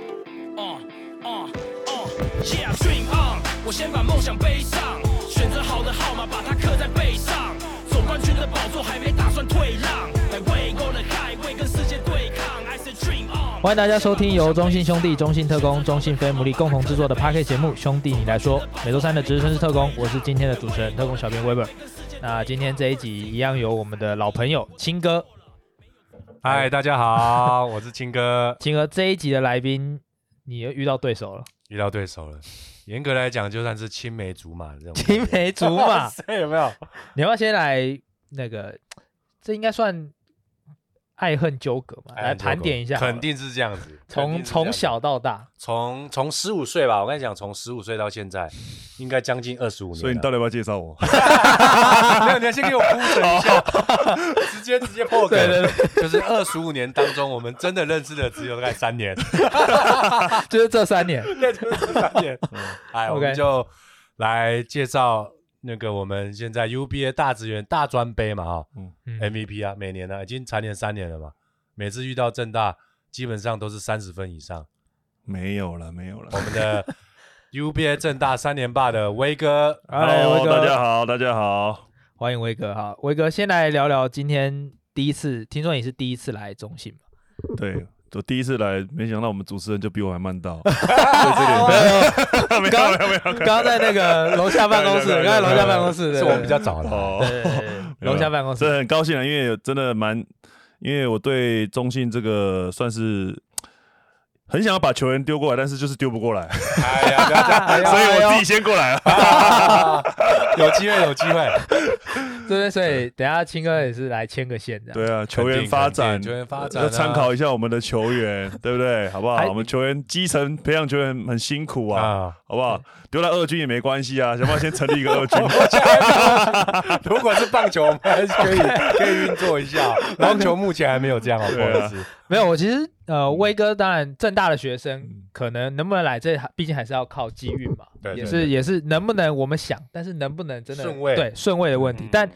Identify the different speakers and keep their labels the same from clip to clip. Speaker 1: Uh, uh, uh, yeah, dream on！我先把梦想背上，选择好的号码，把它刻在背上。总冠军的宝座还没打算退让，I way go the highway，跟世界对抗。I say dream on！
Speaker 2: 欢迎大家收听由中信兄弟、中信特工、中信飞姆利共同制作的 p a r k 节目《兄弟你来说》，每周三的值日生是特工，我是今天的主持人特工小编 Weber。那今天这一集一样有我们的老朋友青哥，
Speaker 3: 嗨，大家 好，我是青哥。
Speaker 2: 青哥这一集的来宾，你又遇到对 手了，
Speaker 3: 遇到对手了，严格来讲，就算是青梅竹马的这种感觉。
Speaker 2: 青梅竹 马，
Speaker 3: 对，有没有？
Speaker 2: 你要不要先来那个？这应该算爱恨纠葛嘛？来哎盘点一下好了，
Speaker 3: 哎肯定是这样子。肯
Speaker 2: 从
Speaker 3: 定是这样
Speaker 2: 从小到大，
Speaker 3: 从从十五岁吧，我跟你讲，从十五岁到现在，应该将近二十五年了。
Speaker 4: 所以你到底要不要介绍我？
Speaker 3: 没有，你要先给我铺陈一下， 直接直接破梗。
Speaker 2: 对对
Speaker 3: 对，就是二十五年当中，我们真的认识的只有大概三年，
Speaker 2: 就是这三年。
Speaker 3: 对，就是三年。 哎，我
Speaker 2: OK
Speaker 3: 们就来介绍那个我们现在 UBA 大职员大专杯嘛，哈。
Speaker 2: 嗯
Speaker 3: MVP 啊，每年呢、已经蝉联三年了嘛。每次遇到正大，基本上都是三十分以上。
Speaker 4: 没有了，没有了
Speaker 3: 我。们的 UBA 正大三连霸的威哥，
Speaker 2: 嗨威哥
Speaker 4: 大家好，大家 好。
Speaker 2: 欢迎威哥哈，威哥先来聊聊今天第一次，听说你是第一次来中信嘛？
Speaker 4: 对我第一次来，没想到我们主持人就比我还慢 到。对这点 没有没有没有，
Speaker 2: 刚刚在那个楼下办公室，刚
Speaker 4: 对对对
Speaker 2: 才楼下办公室，对
Speaker 3: 是我们比较，早了。
Speaker 4: 哦
Speaker 2: 对，对对对对
Speaker 4: 没 有
Speaker 2: 楼下办公
Speaker 4: 真的
Speaker 2: 室，
Speaker 4: 很高兴啊，因为真的蛮，因为我对中信这个算是很想要把球员丢过来，但是就是丢不过来，
Speaker 3: 哎呀，不要这样
Speaker 2: 哎呦
Speaker 4: 所以我自
Speaker 2: 哎
Speaker 4: 己先过来啊 了。
Speaker 3: 有机会，有机会。
Speaker 2: 呦对对，所以等一下青哥也是来牵个线的，
Speaker 4: 对啊，球员发展，
Speaker 3: 肯定球员发展啊
Speaker 4: 要参考一下我们的球员，对不对？好不好
Speaker 2: 还？
Speaker 4: 我们球员基层培养球员很辛苦啊。
Speaker 3: 啊，
Speaker 4: 好不好？丢到二军也没关系啊，想办法先成立一个二军。
Speaker 3: 如果是棒球，我们还是可以可以运作一下。篮球目前还没有这样哦，不
Speaker 4: 对
Speaker 3: 好意
Speaker 4: 啊
Speaker 3: 思。
Speaker 2: 没有，我其实呃，威哥当然正大的学生可能能不能来，这还毕竟还是要靠机运嘛，
Speaker 3: 对对
Speaker 2: 也是也是能不能我们想，但是能不能真的
Speaker 3: 顺位
Speaker 2: 对顺位的问题
Speaker 3: 嗯，
Speaker 2: 但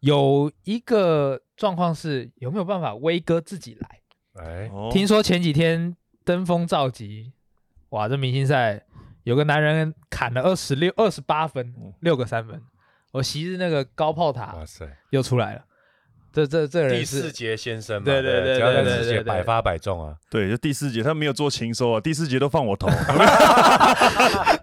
Speaker 2: 有一个状况是有没有办法威哥自己来？
Speaker 3: 哎，
Speaker 4: 哦
Speaker 2: 听说前几天登峰造极，哇，这明星赛有个男人砍了二十六、二十八分
Speaker 4: 嗯，
Speaker 2: 六个三分，我昔日那个高炮塔
Speaker 3: 哇塞，
Speaker 2: 又出来了。这这这个
Speaker 3: 第
Speaker 2: 人
Speaker 3: 四
Speaker 2: 是
Speaker 3: 节先生嘛，
Speaker 2: 对对对
Speaker 3: 只要在
Speaker 2: 对对
Speaker 3: 四节
Speaker 2: 对对
Speaker 3: 百发百中啊。
Speaker 4: 对，就第四节他没有做情收啊，第四节都放我投，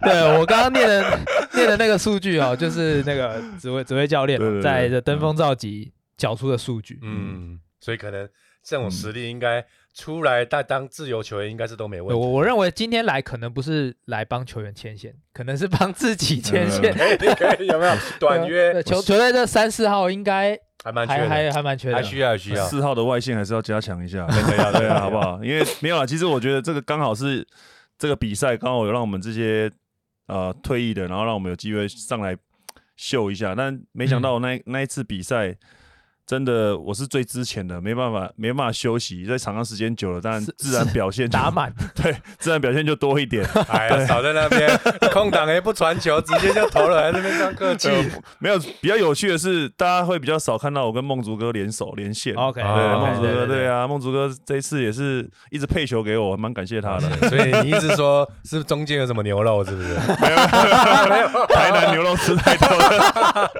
Speaker 2: 对我刚刚念的念的那个数据哦， 就是那个指挥指挥教练哦
Speaker 4: 对对对
Speaker 2: 在这登峰造极缴出的数据，
Speaker 3: 嗯，所以可能这种实力应该出来，但当自由球员应该是都没
Speaker 2: 对
Speaker 3: 问
Speaker 2: 我
Speaker 3: 题。
Speaker 2: 我认为今天来可能不是来帮球员牵线，可能是帮自己牵线。
Speaker 3: 可以可以， 有没有 短
Speaker 2: 对
Speaker 3: 嗯约？
Speaker 2: 球球队这三四号应该
Speaker 3: 啊还蛮缺
Speaker 2: 还
Speaker 3: 的，
Speaker 2: 还还蛮缺的
Speaker 3: 还，需要还需要。
Speaker 4: 四号的外线还是要加强一下，
Speaker 3: 啊对啊
Speaker 4: 对啊，好不？好？因为没有啦，其实我觉得这个刚好是这个比赛刚好有让我们这些呃退役的，然后让我们有机会上来秀一下，但没想到那、那一次比赛。真的，我是最之前的，没办法，没办法休息，在场上时间久了，当然
Speaker 2: 是
Speaker 4: 自然表现就
Speaker 2: 打满。
Speaker 4: 对，自然表现就多一点。
Speaker 3: 哎呀，少在那边 空档也不传球，直接就投了，还在那边装客气。
Speaker 4: 对呃没有，比较有趣的是，大家会比较少看到我跟梦竹哥联手连线。
Speaker 2: OK，
Speaker 4: 对，
Speaker 3: 啊
Speaker 4: 梦竹
Speaker 3: 对
Speaker 4: 哥，对啊，梦竹哥这一次也是一直配球给我，蛮感谢他的。
Speaker 3: 所以你一直说是不是中间有什么牛肉，是不 是？
Speaker 4: 台南牛肉吃太多了，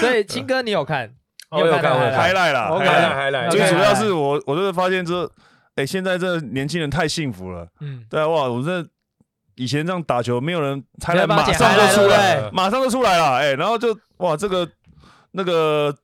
Speaker 2: 所以青哥，你有看？你
Speaker 3: 哦我有看
Speaker 2: 到
Speaker 3: 我有
Speaker 2: highlight？
Speaker 4: 开赖啦
Speaker 2: OK，
Speaker 4: 开赖
Speaker 2: highlight，
Speaker 3: 还来哎
Speaker 2: highlight
Speaker 4: 最主
Speaker 2: OK，
Speaker 4: 要是我，我就是发现这，哎，现在这年轻人太幸福了。
Speaker 2: 嗯，
Speaker 4: 对啊，哇，我这以前这样打球，没有人开赖
Speaker 2: 没办
Speaker 4: 马
Speaker 2: 法
Speaker 4: 上
Speaker 2: 剪 highlight，
Speaker 4: 就出来，
Speaker 2: 来
Speaker 3: 了
Speaker 4: 马上就出来了，哎，然后就哇，这个那个。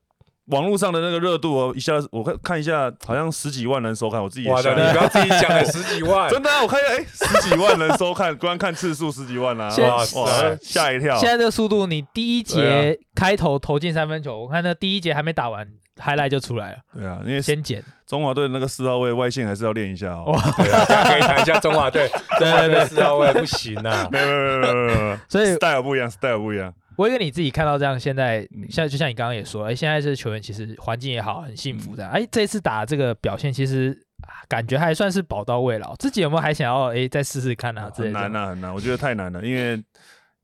Speaker 4: 网络上的那个热度，哦，一下子我看看一下，好像十几万人收看，我自己也
Speaker 3: 哇
Speaker 4: 吓
Speaker 3: 的，
Speaker 4: 一
Speaker 3: 你
Speaker 4: 跳
Speaker 3: 不要自己讲了十几 万，
Speaker 4: 真的、啊，我看一下，哎、十几万人收看，观看次数十几万啦、
Speaker 2: 现
Speaker 4: 哇
Speaker 3: 在
Speaker 4: 哇，吓一跳
Speaker 2: 现！在这个速度，你第一
Speaker 4: 嗯对啊
Speaker 2: 节开头投进三分球，我看那第一节还没打完，highlight 就出来了，
Speaker 4: 对啊，因为
Speaker 2: 先剪。
Speaker 4: 中华队那个四号位外线还是要练一下哦。
Speaker 3: 对啊大家可以谈一下中华 队。
Speaker 2: 对对对
Speaker 3: 四号位不行 啊。
Speaker 4: 没有没有没有没有没有没有
Speaker 2: 所以
Speaker 4: ，style 不一样，style 不一样。
Speaker 2: 我跟你自己看到这样，现在
Speaker 4: 嗯
Speaker 2: 像就像你刚刚也说，哎，现在这球员其实环境也好，很幸
Speaker 4: 嗯
Speaker 2: 福这样。哎，这次打这个表现，其实啊感觉还算是宝刀未老。自己有没有还想要哎再试试看啊之类
Speaker 4: 很
Speaker 2: 的？
Speaker 4: 难啊，很难，我觉得太难了。因 为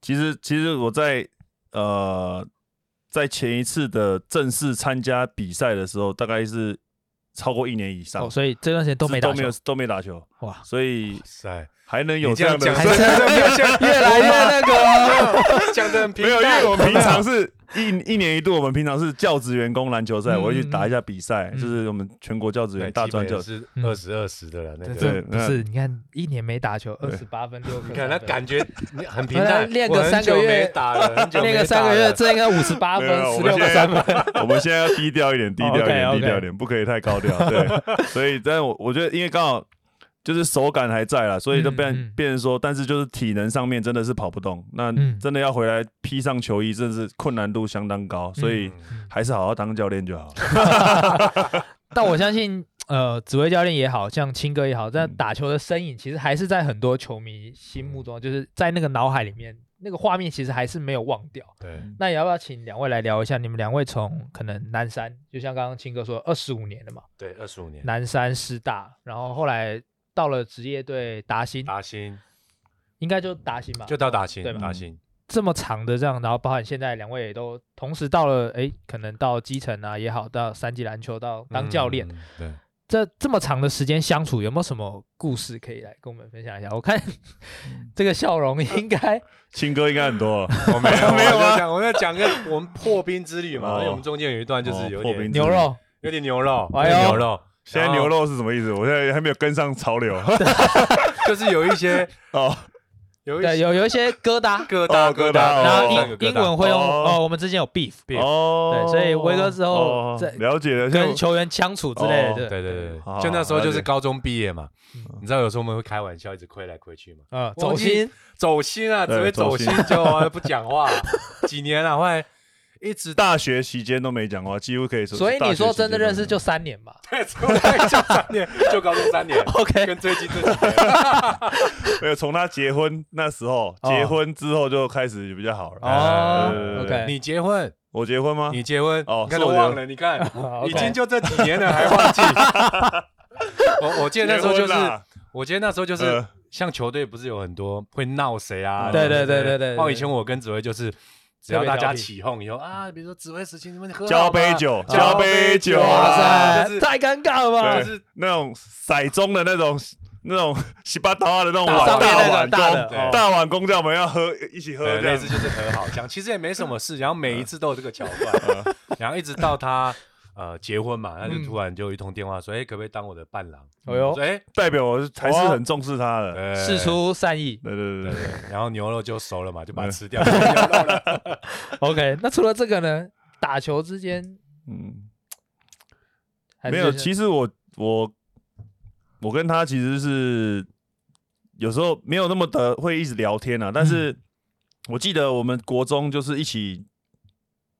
Speaker 4: 其实其实我在呃在前一次的正式参加比赛的时候，大概是超过一年以上，
Speaker 2: 哦，所以这段时间都没打
Speaker 4: 都没有
Speaker 2: 球
Speaker 4: 都没打球。
Speaker 2: 哇，
Speaker 4: 所以
Speaker 3: 塞，
Speaker 4: 还能有
Speaker 3: 你
Speaker 4: 这
Speaker 3: 这样
Speaker 4: 样
Speaker 3: 讲
Speaker 4: 的
Speaker 3: 真的没有，
Speaker 2: 越来越那个哦，
Speaker 3: 讲的很平
Speaker 4: 没有，因
Speaker 3: 淡
Speaker 4: 为我们平常是一一年一度，我们平常是教职员工篮球赛，
Speaker 2: 嗯
Speaker 4: 我会去打一下比赛，
Speaker 2: 嗯
Speaker 4: 就是我们全国教职员大专教
Speaker 3: 就，嗯是二十二十的了，那个。
Speaker 4: 对
Speaker 2: 这不是你看一年没打球，二
Speaker 4: 对
Speaker 2: 十八分六分，
Speaker 3: 你看他感觉很平
Speaker 2: 本来
Speaker 3: 淡，
Speaker 2: 练个
Speaker 3: 我很
Speaker 2: 三个
Speaker 3: 久
Speaker 2: 月
Speaker 3: 没打了，很久
Speaker 2: 那
Speaker 3: 没
Speaker 2: 个三
Speaker 3: 打
Speaker 2: 个月，
Speaker 3: 了
Speaker 2: 这应该五十八分
Speaker 4: 没有，
Speaker 2: 十
Speaker 4: 我
Speaker 2: 六
Speaker 4: 们
Speaker 2: 个
Speaker 4: 现
Speaker 2: 三分，
Speaker 4: 在 我们现在要低调一点，低调一点，
Speaker 2: 哦 OK，OK
Speaker 4: 低调一点，不可以太高调。 对，所以，但我我觉得，因为刚好就是手感还在了，所以就变、
Speaker 2: 嗯嗯
Speaker 4: 变成说，但是就是体能上面真的是跑不动，那
Speaker 2: 嗯
Speaker 4: 真的要回来披上球衣，真的是困难度相当高，
Speaker 2: 嗯
Speaker 4: 所以还是好好当教练就好了。
Speaker 2: 但我相信，呃，紫薇教练也好像青哥也好，但
Speaker 4: 嗯
Speaker 2: 打球的身影其实还是在很多球迷心目中，就是在那个脑海里面，那个画面其实还是没有忘掉。
Speaker 3: 对，
Speaker 2: 那也要不要请两位来聊一下？你们两位从可能南山，就像刚刚青哥说，二十五年了嘛，
Speaker 3: 对，二十五年
Speaker 2: 南山师大，然后后来到了职业队达兴，
Speaker 3: 打新
Speaker 2: 应该就达兴吧，
Speaker 3: 就到
Speaker 2: 对
Speaker 3: 打新，
Speaker 2: 吧
Speaker 3: 打新
Speaker 2: 这么长的这样，然后包含现在两位也都同时到了，哎，可能到基层啊也好，到三级篮球，到当教练，，
Speaker 3: 嗯对，
Speaker 2: 这这么长的时间相处，有没有什么故事可以来跟我们分享一下？我看
Speaker 3: 嗯
Speaker 2: 这个笑容应 该
Speaker 4: 青哥应该 很多了，
Speaker 3: 我没有
Speaker 4: 没有啊
Speaker 3: 我在讲我在讲个我们破冰之旅嘛，
Speaker 4: 哦
Speaker 3: 因为我们中间有一段就是有
Speaker 4: 哦破冰
Speaker 3: 点
Speaker 4: 之
Speaker 2: 牛肉，
Speaker 3: 有点牛肉，有
Speaker 2: 哎呦
Speaker 3: 点牛肉，
Speaker 4: 现在牛肉是什么意
Speaker 2: 哦
Speaker 4: 思？我现在还没有跟上潮 流
Speaker 3: 就是有一些
Speaker 4: 哦。
Speaker 3: 有一
Speaker 2: 对，
Speaker 3: 些
Speaker 2: 有有一些疙 瘩，
Speaker 3: 疙瘩
Speaker 4: 哦
Speaker 3: 疙
Speaker 4: 疙瘩
Speaker 3: 瘩，
Speaker 4: 哦
Speaker 2: 然后
Speaker 3: 三
Speaker 2: 英
Speaker 3: 个疙瘩
Speaker 2: 英文会用
Speaker 4: 哦
Speaker 2: 哦，我们之间有 beef，
Speaker 4: 哦
Speaker 2: 对，所以威哥之后
Speaker 4: 哦
Speaker 2: 在
Speaker 4: 了解了，
Speaker 2: 跟
Speaker 4: 像
Speaker 2: 球员相处之类
Speaker 4: 哦
Speaker 2: 的，
Speaker 3: 对对对对，
Speaker 4: 好
Speaker 3: 就那时候就是高中毕业嘛
Speaker 2: 嗯，
Speaker 3: 你知道有时候我们会开玩笑，一直亏来亏去嘛，
Speaker 2: 啊，
Speaker 3: 忘
Speaker 2: 走
Speaker 3: 记
Speaker 2: 心，
Speaker 3: 走心啊，
Speaker 4: 对
Speaker 3: 只会走心就不讲话，几年啊了，后来一直到
Speaker 4: 大学期间都没讲话，几乎可以说。
Speaker 2: 所以你说真的认识就三年 吧
Speaker 3: 就三 年，就高中三年，
Speaker 2: ？OK，
Speaker 3: 跟最近这几年，
Speaker 4: 没有从他结婚那时候，
Speaker 2: 哦
Speaker 4: 结婚之后就开始比较好了。
Speaker 2: 哦
Speaker 4: 对对对
Speaker 2: ，OK，
Speaker 3: 呃你结婚，
Speaker 4: 我结婚吗？
Speaker 3: 你结婚，
Speaker 4: 哎哦
Speaker 3: 你看
Speaker 4: 是
Speaker 3: 都
Speaker 4: 我
Speaker 3: 忘
Speaker 4: 结
Speaker 3: 了，你看
Speaker 2: OK
Speaker 3: 已经就这几年了，还忘记。我我记
Speaker 4: 结
Speaker 3: 得那时候就是
Speaker 4: 婚，啦
Speaker 3: 我记得那时候就是
Speaker 4: 呃
Speaker 3: 像球队不是有很多会闹谁啊？
Speaker 4: 嗯
Speaker 2: 对对
Speaker 3: 对
Speaker 2: 对对对对
Speaker 3: 哦，以前我跟紫薇就是，只要
Speaker 2: 特别
Speaker 3: 大
Speaker 2: 挑
Speaker 3: 家
Speaker 2: 剔
Speaker 3: 起哄以后啊，比如说紫薇时期你们喝好
Speaker 4: 交
Speaker 3: 吗
Speaker 4: 杯，酒，
Speaker 3: 交
Speaker 4: 交杯
Speaker 3: 杯
Speaker 4: 酒
Speaker 3: 酒
Speaker 2: 哇
Speaker 4: 啊，
Speaker 3: 啊
Speaker 2: 塞
Speaker 3: 就，是
Speaker 2: 太尴尬了吧
Speaker 4: 对
Speaker 3: 就？是
Speaker 4: 那种骰盅的那种。那种稀巴达啊的那种
Speaker 2: 大
Speaker 4: 碗
Speaker 2: 上面那个
Speaker 4: 碗
Speaker 2: 大的
Speaker 4: 公
Speaker 3: 哦
Speaker 4: 大碗公叫我们要喝一起喝
Speaker 3: 对，
Speaker 4: 这样
Speaker 3: 类似
Speaker 4: 子，
Speaker 3: 就是和好讲，其实也没什么事，然后每一次都有这个桥段，然后一直到他呃结婚嘛，他就
Speaker 2: 嗯
Speaker 3: 突然就一通电话说，哎，可不可以当我的伴郎？
Speaker 2: 哎呦
Speaker 3: 我说哎，
Speaker 4: 代表我是还是很重视他的。
Speaker 3: 呃
Speaker 2: 事出善意
Speaker 4: 对对
Speaker 3: 对
Speaker 4: 对对，
Speaker 3: 对，然后牛肉就熟了嘛，就把它
Speaker 4: 嗯
Speaker 3: 吃掉。就没有肉了
Speaker 2: ，OK。那除了这个呢？打球之间
Speaker 4: 嗯，
Speaker 2: 还是
Speaker 4: 没有，
Speaker 2: 就是
Speaker 4: 其实我我我跟他其实是有时候没有那么的会一直聊天啊，但是
Speaker 2: 嗯
Speaker 4: 我记得我们国中就是一起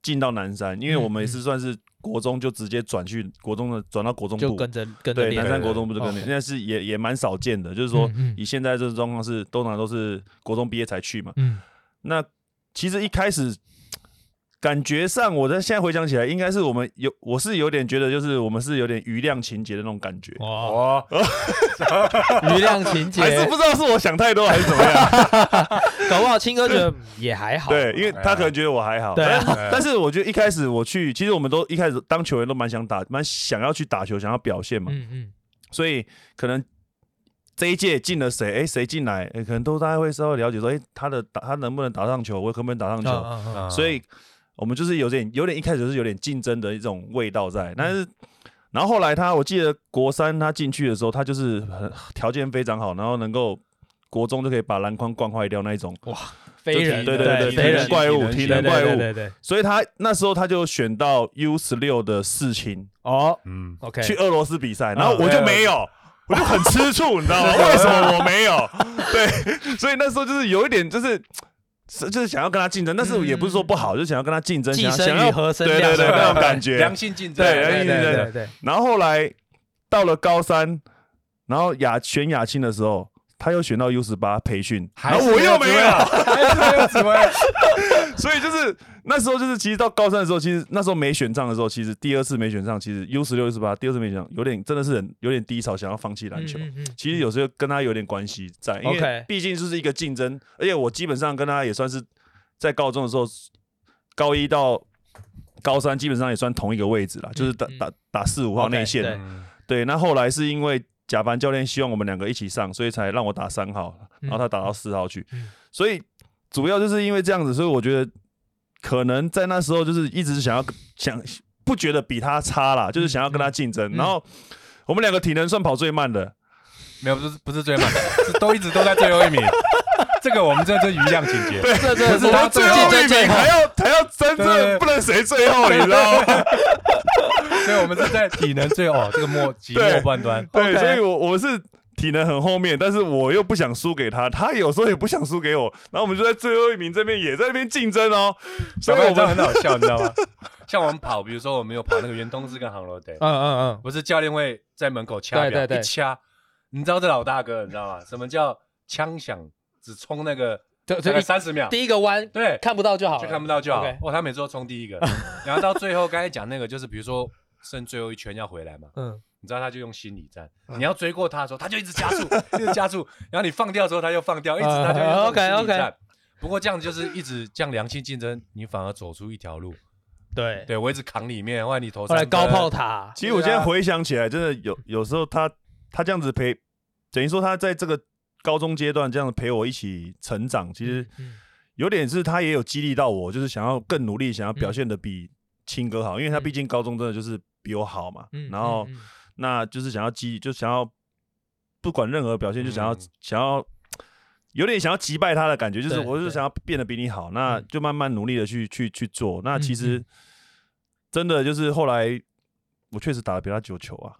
Speaker 4: 进到南山，因为
Speaker 2: 嗯
Speaker 4: 我们也是算是国中就直接转去国中的转到国中
Speaker 2: 就
Speaker 4: 部，
Speaker 2: 跟着跟着
Speaker 4: 对
Speaker 2: 练
Speaker 4: 南
Speaker 2: 了，
Speaker 4: 山国中部就跟
Speaker 2: 哦
Speaker 4: 你，现在是也也蛮少见的，就是说
Speaker 2: 嗯嗯
Speaker 4: 以现在这种状况是通常都是国中毕业才去嘛，
Speaker 2: 嗯
Speaker 4: 那其实一开始感觉上，我在现在回想起来，应该是我们有，我是有点觉得，就是我们是有点余量情节的那种感觉，
Speaker 2: 哇，
Speaker 3: 哦，
Speaker 2: 余量 情节
Speaker 4: 还是不知道是我想太多还是 怎么样？
Speaker 2: 搞不好青哥觉 得也还好，
Speaker 4: 对，因为他可能觉得我还好，
Speaker 2: 对啊
Speaker 4: 但但是我觉得一开始我去，其实我们都一开始当球员都蛮想打，蛮想要去打球，想要表现嘛，
Speaker 2: 嗯嗯，
Speaker 4: 所以可能。这一届进了谁？哎，谁进来？哎，可能都大家会稍微了解说，哎，他的打他能不能打上球？我可不可能打上球？
Speaker 2: 嗯嗯嗯
Speaker 3: 嗯
Speaker 4: 所以我们就是有点有点一开始就是有点竞争的一种味道在，但
Speaker 2: 嗯
Speaker 4: 是。然后后来他，我记得国三他进去的时候，他就是很条件非常好，然后能够国中就可以把篮筐惯坏掉那一种，
Speaker 2: 飞人，
Speaker 4: 对
Speaker 3: 对
Speaker 4: 对
Speaker 2: 对，
Speaker 4: 对，
Speaker 2: 飞
Speaker 4: 体
Speaker 2: 人
Speaker 4: 能怪物，体
Speaker 3: 体
Speaker 4: 能
Speaker 3: 能
Speaker 4: 怪
Speaker 2: 对
Speaker 4: 物。
Speaker 2: 对对，对
Speaker 4: 所以他那时候他就选到 U 十六的世青
Speaker 2: 哦
Speaker 3: 嗯，
Speaker 2: ，OK，
Speaker 4: 去俄罗斯比赛，然后
Speaker 2: 嗯
Speaker 4: 我就没有，我就很吃醋，你知 道吗？为什么我没有？对，所以那时候就是有一点就是。是就是想要跟他竞争，但是也不是说不好，就想要跟他竞争，
Speaker 2: 嗯寄
Speaker 4: 想
Speaker 2: 生
Speaker 4: 想要
Speaker 2: 与和声
Speaker 4: 对
Speaker 2: 量
Speaker 4: 对对，
Speaker 2: 是吧
Speaker 4: 那种感觉
Speaker 3: 良。性竞争，
Speaker 4: 对良
Speaker 2: 对
Speaker 4: 性
Speaker 2: 对
Speaker 4: 竞
Speaker 2: 对
Speaker 4: 争
Speaker 2: 对对，
Speaker 4: 然后后来到了高三，然后亚选亚青的时候，他又选到 U 十八培训，
Speaker 3: 还
Speaker 4: 然后
Speaker 3: 是
Speaker 4: 我又没
Speaker 3: 没有
Speaker 4: 有，
Speaker 3: 还是有紫薇，
Speaker 4: 所以就是那时候就是其实到高三的时候，其实那时候没选上的时候，其实第二次没选上，其实 U 十六、U 十八第二次没选上，有点真的是很有点低潮，想要放弃篮球。
Speaker 2: 嗯嗯嗯
Speaker 4: 其实有时候跟他有点关系在，因
Speaker 2: OK
Speaker 4: 为毕竟就是一个竞争，而且我基本上跟他也算是在高中的时候，高一到高三基本上也算同一个位置啦，就是打
Speaker 2: 嗯
Speaker 4: 打打四五号内线。
Speaker 2: 对
Speaker 3: 嗯
Speaker 4: 对，那后来是因为甲班教练希望我们两个一起上，所以才让我打三号，然后他打到四号去。
Speaker 2: 嗯
Speaker 4: 所以主要就是因为这样子，所以我觉得可能在那时候就是一直想要想不觉得比他差啦，就是想要跟他竞争。
Speaker 2: 嗯
Speaker 4: 然后我们两个体能算跑最慢的，
Speaker 3: 没有，不是不是最慢，是 都一直都在最后一名。这个我们这这余量情节，
Speaker 2: 这这
Speaker 3: 不是他
Speaker 2: 最
Speaker 3: 最
Speaker 2: 竞
Speaker 3: 后一
Speaker 2: 争最
Speaker 4: 名啊
Speaker 2: 后，
Speaker 4: 还要还要真
Speaker 3: 对对对
Speaker 4: 正不能谁最后，你知道吗？
Speaker 3: 所以我们是在体能最哦，这个末期
Speaker 4: 对
Speaker 3: 末半端。
Speaker 4: 对，
Speaker 3: OK
Speaker 4: 所以我我是体能很后面，但是我又不想输给他，他有时候也不想输给我，然后我们就在最后一名这边也在那边竞争哦，所
Speaker 3: 小朋友
Speaker 4: 以我
Speaker 3: 这样
Speaker 4: 们
Speaker 3: 很好笑，你知道吗？ 像我们跑，比如说我们有跑那个圆通寺跟航楼得，
Speaker 2: 嗯嗯嗯，
Speaker 3: 不是教练会在门口掐
Speaker 2: 对
Speaker 3: 表，
Speaker 2: 对对
Speaker 3: 一掐，你知道这老大哥你知道吗？什么叫枪响只冲那个
Speaker 2: 这
Speaker 3: 大概
Speaker 2: 这
Speaker 3: 三十秒？
Speaker 2: 第一个弯
Speaker 3: 对，
Speaker 2: 看不到就好了，
Speaker 3: 就看不到就好
Speaker 2: OK。
Speaker 3: 哦，他每次都冲第一个，然后到最后刚才讲那个，就是比如说剩最后一圈要回来嘛，
Speaker 2: 嗯，
Speaker 3: 你知道他就用心理战，你要追过他的时候，他就一直加速，一直加速，然后你放掉之后，他又放掉，一直
Speaker 2: 嗯
Speaker 3: 他就用这种
Speaker 2: OK，OK
Speaker 3: 心理战。不过这样就是一直这样良性竞争，你反而走出一条路。
Speaker 2: 对。
Speaker 3: 对我一直扛里面，万一你头
Speaker 2: 后
Speaker 3: 上
Speaker 2: 来高炮塔，
Speaker 4: 其实我现在回想起来，真的有有时候他他这样子陪，等于说他在这个高中阶段这样陪我一起成长，其实
Speaker 2: 嗯
Speaker 4: 有点是他也有激励到我，就是想要更努力，想要
Speaker 2: 嗯
Speaker 4: 表现的比青哥好，因为他毕竟高中真的就是比我好嘛，
Speaker 2: 嗯，
Speaker 4: 然后
Speaker 2: 嗯嗯
Speaker 4: 那就是想要激，就想要不管任何表现，就想要、
Speaker 3: 嗯
Speaker 4: 想要有点想要击败他的感觉，就是
Speaker 2: 对
Speaker 4: 我就是
Speaker 2: 对
Speaker 4: 想要变得比你好，那
Speaker 2: 嗯
Speaker 4: 就慢慢努力的去去去做。那
Speaker 2: 嗯
Speaker 4: 其实真的就是后来我确实打的比他久球啊，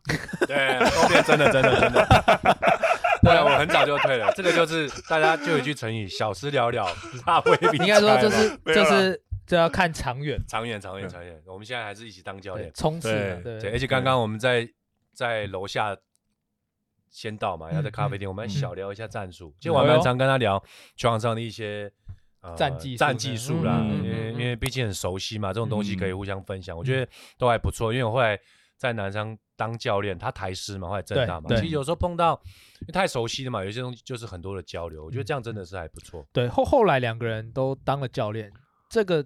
Speaker 3: 对，后面真的真的真的。 对，啊我很早就退了，这个就是大家就有一句成语“小事了了，大未必
Speaker 2: 应该说
Speaker 3: 拆
Speaker 2: 这
Speaker 3: 嘛
Speaker 2: 是
Speaker 4: 没
Speaker 2: 这
Speaker 4: 有啦
Speaker 2: 是这要看长远，
Speaker 3: 长远长远长远。我们现在还是一起当教
Speaker 2: 对
Speaker 3: 练，，
Speaker 2: 冲刺嘛，
Speaker 4: 对
Speaker 3: 对，
Speaker 2: 对
Speaker 3: 而且刚刚我们在在楼下先到嘛，
Speaker 2: 嗯
Speaker 3: 要在咖啡店，我们小聊一下战术。其实我还蛮常跟他聊球场上的一些呃
Speaker 2: 战技术
Speaker 3: 战技术啦，
Speaker 4: 嗯嗯嗯
Speaker 3: 因为因为毕竟很熟悉嘛，这种东西
Speaker 2: 嗯
Speaker 3: 可以互相分享，我觉得都还不错。因为我后来在南商当教练，他台师嘛，后来正大嘛，
Speaker 2: 对对
Speaker 3: 其实有时候碰到因为太熟悉了嘛，有些东西就是很多的交流，
Speaker 2: 嗯
Speaker 3: 我觉得这样真的是还不错。
Speaker 2: 对后后来两个人都当了教练，这个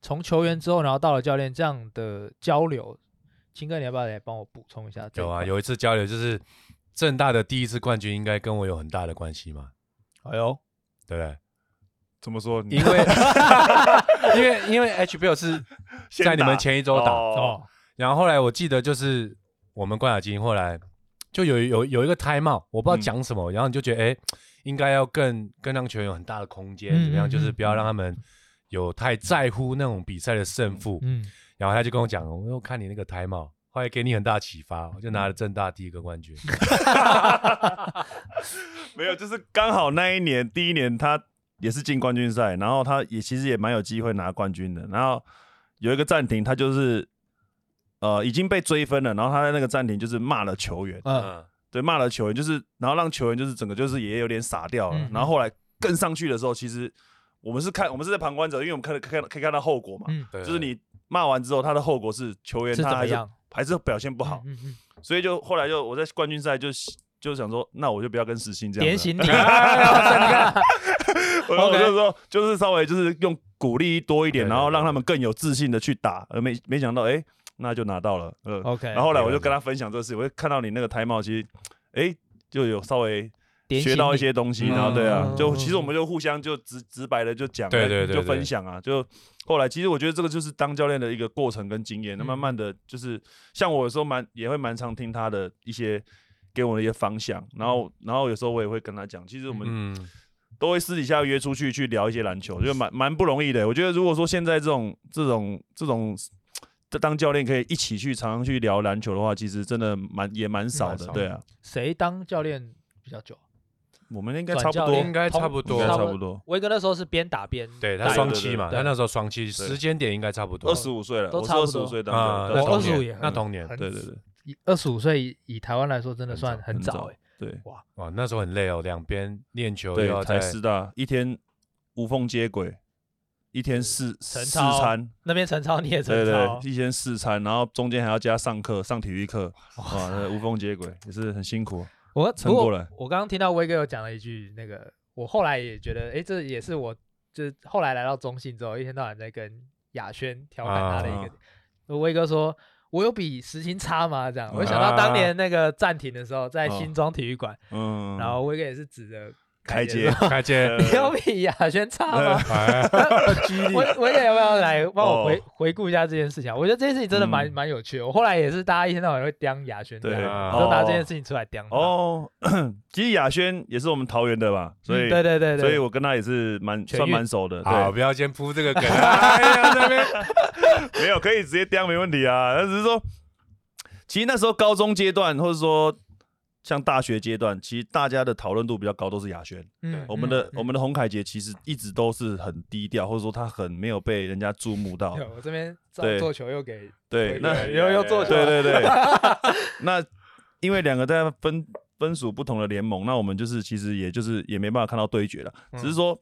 Speaker 2: 从球员之后，然后到了教练这样的交流，青哥你要不要来帮我补充一下这一
Speaker 3: 有啊，
Speaker 2: 块？
Speaker 3: 有一次交流就是正大的第一次冠军，应该跟我有很大的关系嘛，
Speaker 2: 哎呦，
Speaker 3: 对不对？
Speaker 4: 怎么说？你
Speaker 3: 因 为因为因为 HBO 是
Speaker 4: 先
Speaker 3: 在你们
Speaker 4: 打
Speaker 3: 前一周打，
Speaker 4: 哦，
Speaker 2: 哦，
Speaker 3: 然后后来我记得就是我们冠亚军后来就有有有一个 time out，我不
Speaker 4: 嗯
Speaker 3: 知道讲什么，然后你就觉得哎、诶应该要更更让球员有很大的空间，
Speaker 2: 嗯
Speaker 3: 怎么样？就是
Speaker 2: 嗯
Speaker 3: 不要让他们有太在乎那种比赛的胜负。
Speaker 2: 嗯，
Speaker 3: 然后他就跟我讲，我又看你那个 time out。后来给你很大启发，我就拿了
Speaker 2: 嗯
Speaker 3: 正大第一个冠军。
Speaker 4: 没有，就是刚好那一年第一年他也是进冠军赛，然后他也其实也蛮有机会拿冠军的。然后有一个暂停，他就是呃已经被追分了，然后他在那个暂停就是骂了球员，
Speaker 2: 嗯，
Speaker 3: 嗯，
Speaker 4: 对，骂了球员，就是然后让球员就是整个就是也有点傻掉了。
Speaker 2: 嗯
Speaker 4: 然后后来更上去的时候，其实我们是看我们是在旁观者，因为我们看看可以看到后果嘛，
Speaker 2: 嗯
Speaker 3: 对，
Speaker 4: 就是你骂完之后，他的后果是球员
Speaker 2: 是怎
Speaker 4: 他
Speaker 2: 么
Speaker 4: 还是
Speaker 2: 样？
Speaker 4: 还是表现不
Speaker 2: 不
Speaker 4: 好，
Speaker 2: 嗯嗯嗯
Speaker 4: 所以就后来就我在冠军赛就就想说，那我就不要跟石鑫这样
Speaker 2: 点
Speaker 4: 子了
Speaker 2: 醒你， 哎
Speaker 4: 我我
Speaker 2: OK
Speaker 4: 就说，就是稍微就是用鼓励多一点，
Speaker 3: 对对
Speaker 4: 然后让他们更有自信的去打。而没没想到，哎，那就拿到了。呃，
Speaker 2: OK，
Speaker 4: 然后后来我就跟他分享这个事，情，我就看到你那个台帽，其实，哎，就有稍微
Speaker 2: 点
Speaker 4: 学
Speaker 2: 醒
Speaker 4: 到
Speaker 2: 你
Speaker 4: 一些东西。
Speaker 3: 嗯
Speaker 4: 然后对啊
Speaker 2: 嗯，
Speaker 4: 就其实我们就互相就直直白的就讲，
Speaker 3: 对对对
Speaker 4: 就
Speaker 3: 对
Speaker 4: 分享啊。就后来其实我觉得这个就是当教练的一个过程跟经验。那
Speaker 2: 嗯
Speaker 4: 慢慢的就是像我有时候蛮也会蛮常听他的一些给我的一些方向，
Speaker 2: 嗯
Speaker 4: 然后然后有时候我也会跟他讲，其实我们。
Speaker 3: 嗯，
Speaker 4: 都会私底下约出去去聊一些篮球，就蛮蛮不容易的。我觉得如果说现在这种这种这种这当教练可以一起去常常去聊篮球的话，其实真的蛮也蛮少
Speaker 3: 蛮
Speaker 4: 的，
Speaker 3: 少的
Speaker 4: 对啊，
Speaker 2: 谁当教练比较久？
Speaker 4: 我们应该差
Speaker 2: 转
Speaker 4: 不
Speaker 2: 教
Speaker 4: 多，
Speaker 2: 练
Speaker 3: 应该差不
Speaker 4: 应
Speaker 3: 多
Speaker 4: 该
Speaker 2: 同
Speaker 4: 差不多，
Speaker 2: 威哥那时候是边打边
Speaker 3: 对
Speaker 2: 打
Speaker 3: 他
Speaker 4: 对
Speaker 3: 双
Speaker 4: 对
Speaker 3: 七
Speaker 4: 对
Speaker 3: 嘛，
Speaker 2: 对
Speaker 3: 他那时候双七，
Speaker 4: 对
Speaker 3: 时间点应该差不多。
Speaker 4: 二十五岁了，
Speaker 2: 都
Speaker 4: 我是
Speaker 2: 差不
Speaker 4: 二
Speaker 2: 多
Speaker 4: 十五岁当
Speaker 3: 啊，
Speaker 2: 对
Speaker 4: 教练，
Speaker 2: 我
Speaker 3: 那
Speaker 4: 同
Speaker 3: 同
Speaker 4: 年
Speaker 2: 25
Speaker 3: 年
Speaker 2: 也很
Speaker 3: 那同年
Speaker 2: 很
Speaker 4: 对对对，
Speaker 2: 二十五岁，以台湾来说，真的算很
Speaker 4: 很
Speaker 2: 早哎。
Speaker 4: 对
Speaker 3: 哇，那时候很累哦，两边练球又要在
Speaker 4: 对，才师大一天无缝接轨，一天四
Speaker 2: 陈
Speaker 4: 四
Speaker 2: 超
Speaker 4: 餐，
Speaker 2: 那边陈超你也
Speaker 4: 对
Speaker 2: 陈超哦
Speaker 4: 对，，一天四餐，然后中间还要加上课，上体育课，哇，那无缝接轨也是很辛苦。
Speaker 2: 我
Speaker 4: 撑
Speaker 2: 不过
Speaker 4: 过来
Speaker 2: 我刚刚听到威哥有讲了一句，那个我后来也觉得，哎，这也是我就是后来来到中信之后，一天到晚在跟亚轩调侃他的一个。
Speaker 4: 啊
Speaker 2: 威哥说，我有比时薪差吗？这样，
Speaker 4: 嗯
Speaker 2: 我就想到当年那个暂停的时候，在新庄体育馆，
Speaker 4: 哦嗯，
Speaker 2: 然后威哥也是指着
Speaker 4: 开
Speaker 2: 街
Speaker 4: 街呃
Speaker 2: 说，
Speaker 3: 开街，
Speaker 2: 你要比亚轩差吗？
Speaker 3: 哎，
Speaker 4: 激励，
Speaker 2: 我我也要不要来帮我
Speaker 4: 呃哦
Speaker 2: 回、回顾一下这件事情啊？我觉得这件事情真的蛮
Speaker 4: 嗯
Speaker 2: 蛮、有趣的。我后来也是大家一天到晚会刁亚轩这
Speaker 4: 对，
Speaker 2: 样，
Speaker 3: 啊
Speaker 2: 都拿这件
Speaker 4: 事
Speaker 2: 事情出来刁他。
Speaker 4: 哦。 其实雅轩也是我们桃园的吧，所以
Speaker 2: 嗯对对对对，
Speaker 4: 所以我跟他也是蛮
Speaker 2: 全
Speaker 4: 算
Speaker 2: 运
Speaker 4: 蛮熟的，
Speaker 3: 好，
Speaker 4: 对，
Speaker 3: 不要先铺这个梗，哎呀，那边
Speaker 4: 没有可以直接刁没问题啊，但只是说，其实那时候高中阶段或者说像大学阶段，其实大家的讨论度比较高都是雅轩，
Speaker 2: 嗯
Speaker 4: 我们的、
Speaker 2: 嗯
Speaker 4: 我们的洪凯杰其实一直都是很低调，或者说他很没有被人家注目到，
Speaker 2: 有我这边做
Speaker 4: 对
Speaker 2: 做球又给
Speaker 4: 对，那
Speaker 2: 又又又做 球，
Speaker 4: 对对对， 那因为两个在分分属不同的联盟，那我们就是其实也就是也没办法看到对决了，
Speaker 2: 嗯
Speaker 4: 只是说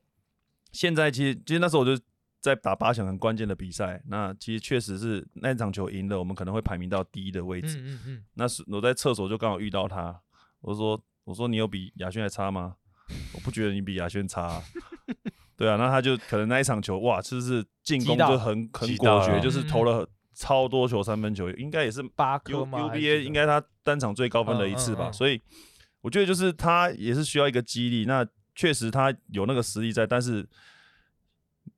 Speaker 4: 现在其实其实那时候我就在打八强很关键的比赛，那其实确实是那场球赢了，我们可能会排名到第一的位置。
Speaker 2: 嗯嗯嗯，
Speaker 4: 那是我在厕所就刚好遇到他，我说我说你有比亚轩还差吗？我不觉得你比亚轩差啊、 对啊，那他就可能那一场球哇，就是进攻
Speaker 2: 击到
Speaker 4: 就很很
Speaker 3: 击到
Speaker 4: 果
Speaker 3: 了
Speaker 4: 决，就是投
Speaker 2: 嗯
Speaker 4: 了超多球三分球，应该也是
Speaker 2: 八
Speaker 4: U
Speaker 2: 颗嘛
Speaker 4: UBA 应该他单场最高分的一次吧，
Speaker 2: 嗯嗯嗯
Speaker 4: 所以我觉得就是他也是需要一个激励。那确实他有那个实力在，但是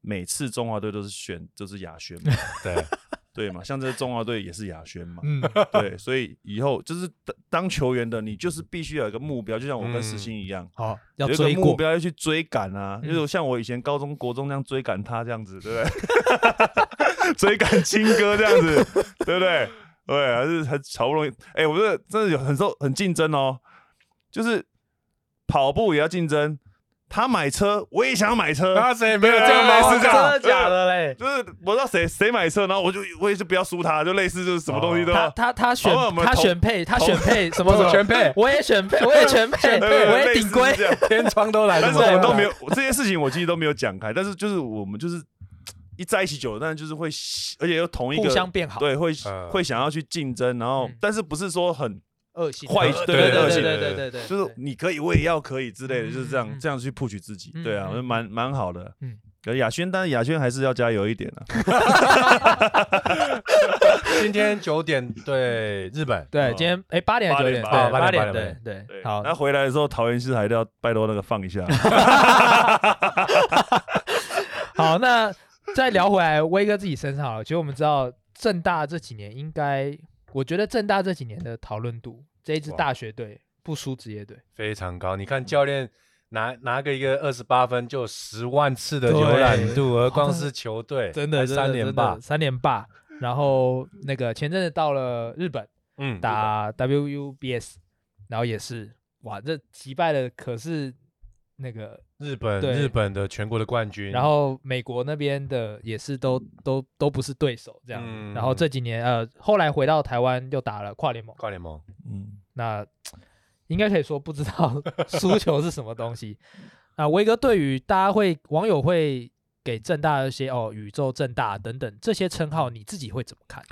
Speaker 4: 每次中华队都是选就是亚轩 嘛，
Speaker 3: 对，
Speaker 4: 对嘛？像这中华队也是亚轩嘛，
Speaker 2: 嗯
Speaker 4: 对，所以以后就是当当球员的你就是必须有一个目标，就像我跟思欣一样。
Speaker 2: 好要
Speaker 4: 有一
Speaker 2: 追
Speaker 4: 个目
Speaker 2: 过，
Speaker 4: 标要去追赶啊，
Speaker 2: 嗯
Speaker 4: 就是像我以前高中、国中那样追赶他这样子，对不对？ 追赶青哥这样 子，对不对？对，还是很好不容易。哎、我这真的有很受很竞争哦，就是跑步也要竞争。他买车，我也想要买车，
Speaker 2: 啊
Speaker 3: 那谁没有这样
Speaker 4: 对
Speaker 3: 吗？
Speaker 4: 啊
Speaker 3: 是这
Speaker 2: 真
Speaker 3: 样
Speaker 2: 的，假的 嘞？
Speaker 4: 就是我知道谁谁买车，然后我就我也是不要输他，就类似就是什么东西
Speaker 3: 哦
Speaker 4: 都
Speaker 2: 他
Speaker 4: 要。
Speaker 2: 他他选
Speaker 4: 好吧我们
Speaker 2: 他
Speaker 4: 投
Speaker 2: 选配他选 配什么
Speaker 3: 投
Speaker 2: 什么
Speaker 3: 全配
Speaker 2: 我也选配，我也全配，
Speaker 4: 对对对
Speaker 2: 我也
Speaker 4: 类似
Speaker 2: 顶
Speaker 4: 是
Speaker 2: 规。
Speaker 4: 这样
Speaker 3: 天窗都来，
Speaker 4: 但是
Speaker 3: 怎么
Speaker 4: 我
Speaker 3: 会
Speaker 4: 都没有我这些事情，我其实都没有讲开。但是就是我们就是一在一起久了，但是就是会，而且又同一个
Speaker 2: 互相变好，
Speaker 4: 对，会、
Speaker 3: 呃
Speaker 4: 会想要去竞争，然后、
Speaker 2: 嗯
Speaker 4: 但是不是说很
Speaker 2: 恶性
Speaker 4: 坏
Speaker 2: 的
Speaker 4: 对
Speaker 2: 对
Speaker 4: 对恶
Speaker 2: 对
Speaker 4: 性
Speaker 2: 对
Speaker 3: 的
Speaker 2: 对对对，
Speaker 4: 就是
Speaker 2: 对
Speaker 4: 你可以，我也要可以之类的，
Speaker 2: 嗯
Speaker 4: 就是这样、
Speaker 2: 嗯嗯
Speaker 4: 这样去 push 自己。
Speaker 2: 嗯
Speaker 4: 对啊，
Speaker 2: 嗯
Speaker 4: 我觉得蛮蛮好的。
Speaker 2: 嗯
Speaker 4: 嗯，可雅轩，但是雅轩还是要加油一点啊。
Speaker 3: 今天九点对日本，
Speaker 2: 对
Speaker 4: 哦
Speaker 2: 今天哎八点还是
Speaker 4: 八
Speaker 2: 九点
Speaker 4: 点吧
Speaker 2: 对
Speaker 3: 哦八点
Speaker 2: 点
Speaker 3: 八
Speaker 2: 对
Speaker 3: 点
Speaker 2: 对
Speaker 4: 对，
Speaker 2: 好
Speaker 4: 那回来的时候，桃园市还要拜托那个放 一下。
Speaker 2: 好那再聊回来威哥自己身上好了，其实我们知道正大这几年应该，我觉得正大这几年的讨论度，这一支
Speaker 3: 哇
Speaker 2: 大学队不输职业队，
Speaker 3: 非常高。你看教练拿拿个一个二十八分，就有十万次的浏览度，何况是球队，
Speaker 2: 真的
Speaker 3: 还
Speaker 2: 呃真的
Speaker 3: 三连霸
Speaker 2: 真的，三连霸，然后那个前阵子到了日本。
Speaker 3: 嗯，
Speaker 2: 打 WUBS，然后也是哇，这击败了可是那个，
Speaker 3: 日本
Speaker 2: 对
Speaker 3: 日本的全国的冠军，
Speaker 2: 然后美国那边的也是都都都不是对手这样。
Speaker 3: 嗯
Speaker 2: 然后这几年呃，后来回到台湾又打了跨联盟，
Speaker 3: 跨联盟，
Speaker 4: 嗯，
Speaker 2: 那应该可以说不知道 输球是什么东西。啊，威哥对于大家会网友会给正大的一些哦宇宙正大等等这些称号，你自己会怎么看？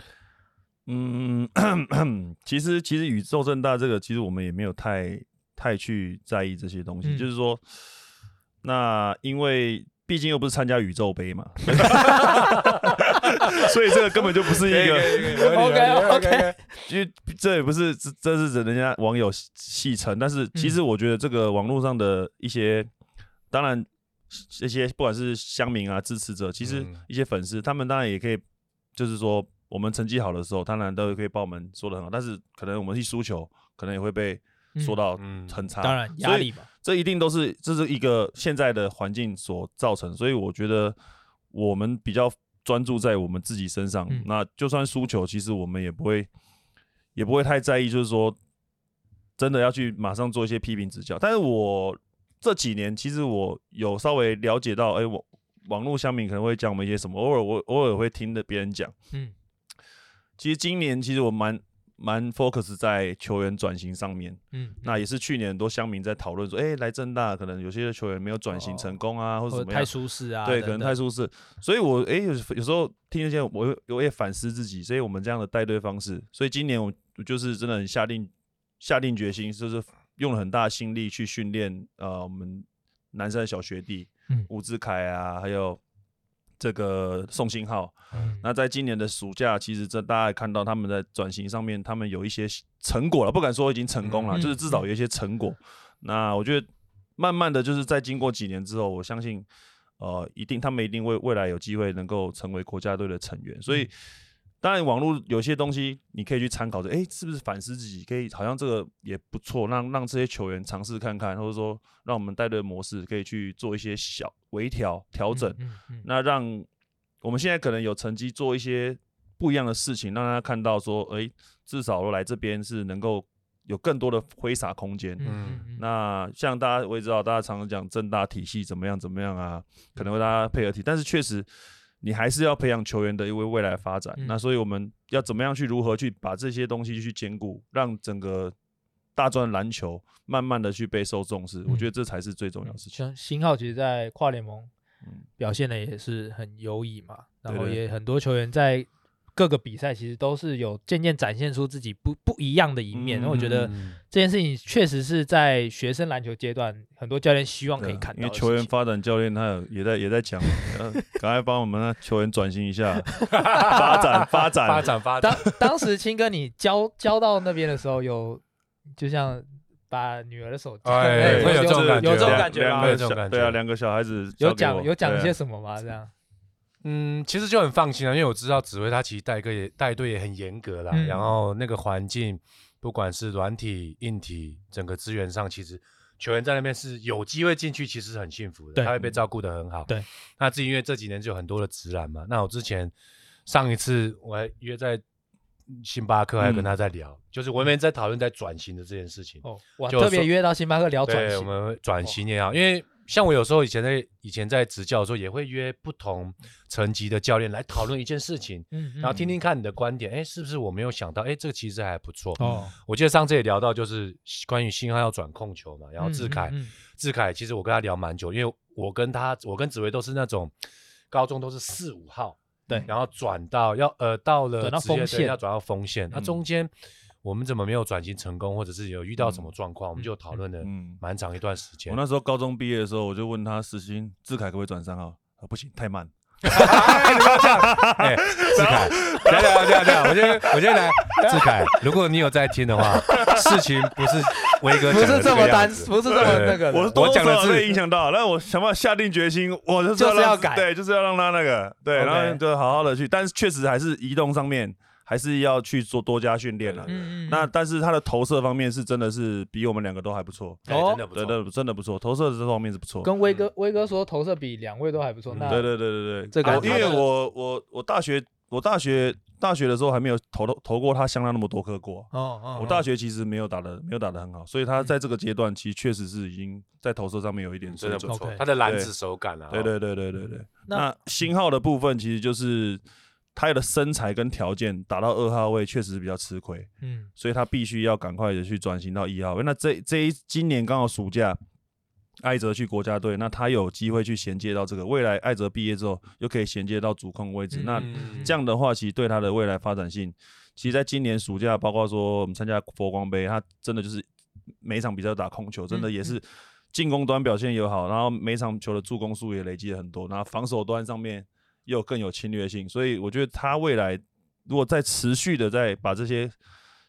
Speaker 4: 嗯， 其实其实宇宙正大这个，其实我们也没有太太去在意这些东西，
Speaker 2: 嗯
Speaker 4: 就是说，那因为毕竟又不是参加宇宙杯嘛，所以这个根本就不是一个，
Speaker 2: OK，OK
Speaker 4: 因为这也不是这这是指人家网友戏戏称，但
Speaker 2: 嗯
Speaker 4: 是其实我觉得这个网络上的一些，当然这些不管是乡民啊支持者，其实
Speaker 3: 嗯
Speaker 4: 一些粉丝，他们当然也可以，就是说我们成绩好的时候，当然都可以把我们说的很好，但是可能我们一输球，可能也会被说到
Speaker 3: 嗯
Speaker 4: 很差。
Speaker 2: 当然压
Speaker 4: 所以
Speaker 2: 力嘛，
Speaker 4: 这一定都是这是一个现在的环境所造成，所以我觉得我们比较专注在我们自己身上。
Speaker 2: 嗯
Speaker 4: 那就算输球，其实我们也不会也不会太在意，就是说真的要去马上做一些批评指教。但是我这几年其实我有稍微了解到，哎、我网络乡民可能会讲我们一些什么，偶尔我偶尔会听的别人讲。
Speaker 2: 嗯
Speaker 4: 其实今年其实我蛮蛮 focus 在球员转型上面。
Speaker 2: 嗯，
Speaker 4: 那也是去年很多乡民在讨论说，哎、来正大可能有些球员没有转型成功啊，或者
Speaker 2: 或
Speaker 4: 怎
Speaker 2: 者
Speaker 4: 么
Speaker 2: 太
Speaker 4: 样，
Speaker 2: 舒适啊，
Speaker 4: 对，
Speaker 2: 等
Speaker 4: 可能
Speaker 2: 等
Speaker 4: 太舒适。所以我哎、有有时候听得见，我会我也反思自己，所以我们这样的带队方式，所以今年我我就是真的很下定下定决心，就是用了很大的心力去训练呃我们南山的小学弟
Speaker 2: 嗯
Speaker 4: 吴志凯啊，还有这个宋新浩。
Speaker 2: 嗯
Speaker 4: 那在今年的暑假，其实这大家也看到他们在转型上面，他们有一些成果了，不敢说已经成功了，
Speaker 2: 嗯
Speaker 4: 就是至少有一些成果。那我觉得慢慢的就是在经过几年之后，我相信，呃，一定他们一定会未来有机会能够成为国家队的成员。所
Speaker 2: 嗯
Speaker 4: 以，当然网络有些东西你可以去参考着，诶，是不是反思自己，可以好像这个也不错，让让这些球员尝试看看，或者说让我们带队的模式可以去做一些小微调调整。
Speaker 2: 嗯嗯
Speaker 4: 那让我们现在可能有成绩做一些不一样的事情，让大家看到说，诶，至少来这边是能够有更多的挥洒空间。
Speaker 2: 嗯
Speaker 4: 那像大家我也知道，大家常常讲正大体系怎么样怎么样啊，可能会大家配合体，但是确实你还是要培养球员的一位未来发展。
Speaker 2: 嗯
Speaker 4: 那所以我们要怎么样去如何去把这些东西去兼顾，让整个大专篮球慢慢的去备受重视，我觉得这才是最重要的事情。
Speaker 2: 嗯像新浩其实，在跨联盟
Speaker 4: 嗯
Speaker 2: 表现的也是很优异嘛，然后
Speaker 4: 对对
Speaker 2: 也很多球员在各个比赛其实都是有渐渐展现出自己不不一样的一面。
Speaker 4: 嗯
Speaker 2: 那我觉得
Speaker 3: 嗯
Speaker 2: 这件事情确实是在学生篮球阶段，很多教练希望可以看到
Speaker 4: 啊因为
Speaker 2: 的事情。
Speaker 4: 球员发展教练他有也在也 在讲，呃赶快帮我们那球员转型一下，发展发展
Speaker 3: 发展发展
Speaker 2: 当，当时青哥你教教到那边的时候，有就像把女儿的手，
Speaker 3: 哎
Speaker 2: 对
Speaker 3: 会有这种感觉
Speaker 2: 有这种
Speaker 3: 对
Speaker 2: 感觉
Speaker 4: 啊两
Speaker 2: 吗
Speaker 4: 个？
Speaker 3: 有这种
Speaker 4: 小
Speaker 3: 感觉
Speaker 4: 对啊，两个小孩子
Speaker 2: 有
Speaker 4: 交给我
Speaker 2: 讲有讲一
Speaker 4: 对
Speaker 2: 些
Speaker 4: 啊
Speaker 2: 什么吗？这样，
Speaker 3: 嗯，其实就很放心了，因为我知道指挥他其实带个也带队也很严格啦，
Speaker 2: 嗯
Speaker 3: 然后那个环境，不管是软体、硬体，整个资源上，其实球员在那边是有机会进去，其实很幸福的，
Speaker 2: 对
Speaker 3: 他会被照顾的很好。
Speaker 2: 对，
Speaker 3: 那自己因为这几年就有很多的直男嘛，那我之前上一次我还约在星巴克，还
Speaker 2: 嗯
Speaker 3: 跟他在聊，就是我们在讨论在转型的这件事情。
Speaker 2: 哦，我
Speaker 3: 就
Speaker 2: 特别
Speaker 3: 说
Speaker 2: 约到星巴克聊哦转
Speaker 3: 对，我
Speaker 2: 型，哦
Speaker 3: 们会转型也好，因为像我有时候以前在以前在执教的时候，也会约不同层级的教练来讨论一件事情，
Speaker 2: 嗯，
Speaker 3: 然后听听看你的观点，哎，是不是我没有想到？哎，这个其实还不错。
Speaker 2: 哦，
Speaker 3: 我记得上次也聊到，就是关于信号要转控球嘛，然后志凯，
Speaker 2: 嗯
Speaker 3: 志凯其实我跟他聊蛮久，因为我跟他，我跟紫薇都是那种高中都是四五号，
Speaker 2: 对
Speaker 3: 然后转到要呃到了
Speaker 2: 转到
Speaker 3: 职业
Speaker 2: 锋
Speaker 3: 队
Speaker 2: 线
Speaker 3: 要转到锋线，那、
Speaker 4: 嗯
Speaker 3: 中间我们怎么没有转型成功，或者是有遇到
Speaker 2: 嗯
Speaker 3: 什么状况，我们就讨论了
Speaker 4: 嗯，
Speaker 3: 蛮长一段时间。
Speaker 4: 我那时候高中毕业的时候，我就问他时薪志凯可不可以转三号，啊不行太慢，
Speaker 3: 哎，你不要这样，哎，志凯， 等一下等一下等一下，我先我先来，志凯，如果你有在听的话，事情不是威哥
Speaker 2: 不
Speaker 3: 讲的
Speaker 2: 是这
Speaker 3: 个
Speaker 2: 么
Speaker 3: 样
Speaker 2: 单，
Speaker 3: 子
Speaker 2: 不是这么那呃个的，
Speaker 4: 我是多多
Speaker 3: 讲
Speaker 4: 少
Speaker 3: 的
Speaker 4: 少
Speaker 3: 是
Speaker 4: 被影响到，但我想办法下定决心，我就是
Speaker 2: 就是要
Speaker 4: 让
Speaker 2: 改
Speaker 4: 对，就是要让他那个对，
Speaker 2: OK
Speaker 4: 然后就好好的去，但是确实还是移动上面还是要去做多加训练了。啊
Speaker 2: 嗯嗯，
Speaker 4: 那但是他的投射方面是真的是比我们两个都还不错，
Speaker 3: 哎真的不
Speaker 4: 真
Speaker 3: 错，
Speaker 4: 的真的不错，投射这方面是不错。
Speaker 2: 跟威哥威哥说投射比两位都还不错，那
Speaker 4: 嗯对对对对对，
Speaker 2: 这个
Speaker 4: 我
Speaker 2: 感觉
Speaker 4: 因为我我我大学我大学大学的时候还没有投到投过他相当那么多颗过，
Speaker 2: 哦
Speaker 3: 嗯
Speaker 2: 哦，
Speaker 4: 我大学其实没有打的没有打的很好，所以
Speaker 2: 嗯
Speaker 4: 他在这个阶段其实确实是已经在投射上面有一点水
Speaker 3: 嗯真的
Speaker 4: 准
Speaker 3: 不。错
Speaker 2: OK，
Speaker 3: 他的篮子手感啊，
Speaker 4: 对对对对对对。
Speaker 2: 那
Speaker 4: 那新号的部分其实就是他的身材跟条件打到二号位确实比较吃亏，
Speaker 2: 嗯
Speaker 4: 所以他必须要赶快的去转型到一号位。那这这一今年刚好暑假，艾泽去国家队，那他有机会去衔接到这个未来艾泽毕业之后又可以衔接到主控位置。
Speaker 2: 嗯
Speaker 4: 那
Speaker 3: 嗯
Speaker 4: 这样的话，其实对他的未来发展性，其实在今年暑假，包括说我们参加佛光杯，他真的就是每一场比赛都打控球，真的也是嗯进攻端表现友好，然后每一场球的助攻数也累积了很多，然后防守端上面又更有侵略性，所以我觉得他未来如果再持续的再把这些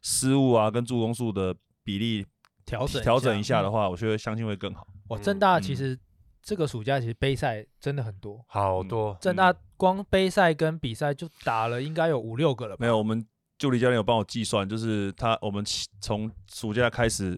Speaker 4: 失误啊跟助攻数的比例
Speaker 2: 调整
Speaker 4: 调整一下的嗯
Speaker 2: 话，
Speaker 4: 话，我觉得相信会更好。
Speaker 2: 我正大
Speaker 4: 嗯
Speaker 2: 其实这个暑假其实杯赛真的很多，
Speaker 3: 好多，
Speaker 2: 正
Speaker 4: 嗯
Speaker 2: 大光杯赛跟比赛就打了应该有五六个了吧
Speaker 4: 没？有，我们助理教练有帮我计算，就是他我们起从暑假开始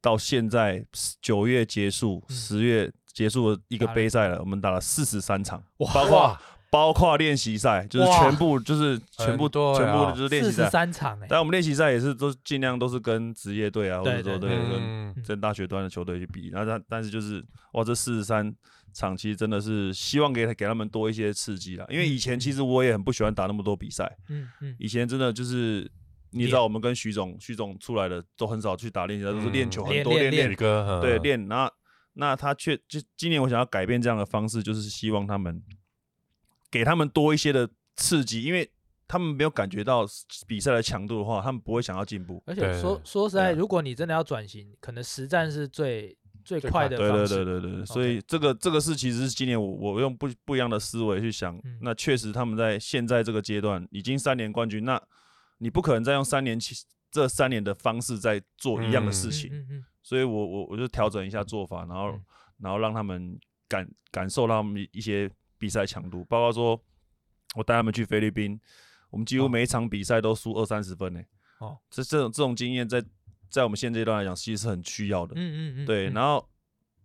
Speaker 4: 到现在九月结束，
Speaker 2: 嗯
Speaker 4: 十、月结束了一个
Speaker 2: 打了
Speaker 4: 杯赛了，我们打了四十三场，
Speaker 2: 哇
Speaker 4: 包括包括练习赛，就是
Speaker 2: 哇
Speaker 4: 全部就是全部
Speaker 3: 很多
Speaker 4: 全部
Speaker 3: 呀
Speaker 4: 就是 练习
Speaker 2: 四十
Speaker 4: 赛。
Speaker 2: 三场哎，
Speaker 4: 但我们练习赛也是都尽量都是跟职业队啊，或者
Speaker 2: 对
Speaker 4: 说
Speaker 2: 对
Speaker 4: 对
Speaker 2: 对
Speaker 4: 跟
Speaker 3: 嗯，
Speaker 4: 跟大学端的球队去比，那但但是就是哇，这四十三场其实真的是希望给给他们多一些刺激啦，因为以前其实我也很不喜欢打那么多比赛，
Speaker 2: 嗯嗯
Speaker 4: 以前真的就是，你知道我们跟徐总，徐总出来的都很少去打练习赛，都是练球很多
Speaker 2: 练
Speaker 4: 练
Speaker 2: 练
Speaker 3: 宇哥，嗯
Speaker 4: 对，练。那那他却就今年我想要改变这样的方式，就是希望他们给他们多一些的刺激，因为他们没有感觉到比赛的强度的话，他们不会想要进步。
Speaker 2: 而且说
Speaker 3: 对
Speaker 2: 说实在，
Speaker 4: 对啊
Speaker 2: 如果你真的要转型，可能实战是最最快的
Speaker 4: 对
Speaker 2: 方
Speaker 4: 对
Speaker 2: 式。嗯
Speaker 4: 对对对，所以这个这个事其实是今年我我用不不一样的思维去想，
Speaker 2: 嗯
Speaker 4: 那确实他们在现在这个阶段已经三年冠军，那你不可能再用三年期这三年的方式在做一样的事
Speaker 2: 嗯
Speaker 4: 情，
Speaker 2: 嗯嗯
Speaker 4: 所以我我我就调整一下做法，然后、
Speaker 2: 嗯
Speaker 4: 然后让他们感感受到他们一些比赛强度，包括说我带他们去菲律宾，我们几乎
Speaker 2: 哦
Speaker 4: 每一场比赛都输二三十分呢、
Speaker 2: 哦，
Speaker 4: 这这种这种经验在在我们现阶段来讲，其实是很需要的。
Speaker 2: 嗯嗯嗯，
Speaker 4: 对，
Speaker 2: 嗯
Speaker 4: 然后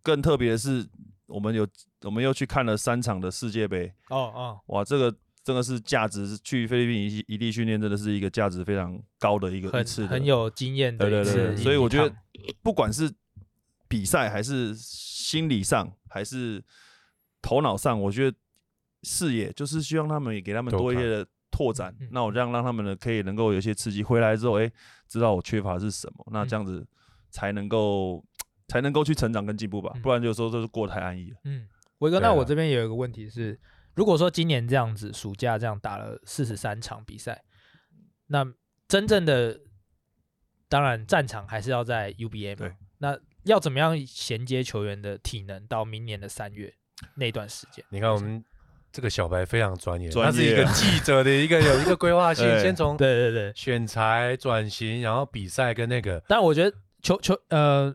Speaker 4: 更特别的是，我们有我们又去看了三场的世界杯，
Speaker 2: 哦哦，
Speaker 4: 哇，这个真的是价值是去菲律宾一一地训练，真的是一个价值非常高的一个一
Speaker 2: 很
Speaker 4: 次的
Speaker 2: 很有经验的一
Speaker 4: 对对对
Speaker 2: 次
Speaker 4: 对，
Speaker 2: 一
Speaker 4: 所以我觉
Speaker 2: 一
Speaker 4: 得
Speaker 2: 趟
Speaker 4: 不管是比赛还是心理上还是头脑上，我觉得视野就是希望他们也给他们
Speaker 3: 多
Speaker 4: 多一
Speaker 3: 看
Speaker 4: 些的拓展
Speaker 2: 嗯。
Speaker 4: 那我这样让他们呢可以能够有一些刺激，回来之后哎、知道我缺乏是什么，那
Speaker 2: 嗯
Speaker 4: 这样子才能够才能够去成长跟进步吧
Speaker 2: 嗯，
Speaker 4: 不然有时候都是过得太安逸了。
Speaker 2: 嗯，维哥，那
Speaker 3: 对
Speaker 2: 我
Speaker 3: 啊
Speaker 2: 这边有一个问题是，如果说今年这样子暑假这样打了四十三场比赛，那真正的当然战场还是要在 UBA 嘛
Speaker 4: 对，
Speaker 2: 那要怎么样衔接球员的体能到明年的三月那段时间？
Speaker 3: 你看我们这个小白非常专业，
Speaker 4: 专
Speaker 3: 他是一
Speaker 4: 业
Speaker 3: 个
Speaker 4: 啊
Speaker 3: 记者的一个有一个规划性，
Speaker 4: 对
Speaker 3: 先从
Speaker 2: 对对对，
Speaker 3: 选材、转型，然后比赛跟那个
Speaker 2: 但我觉得球球呃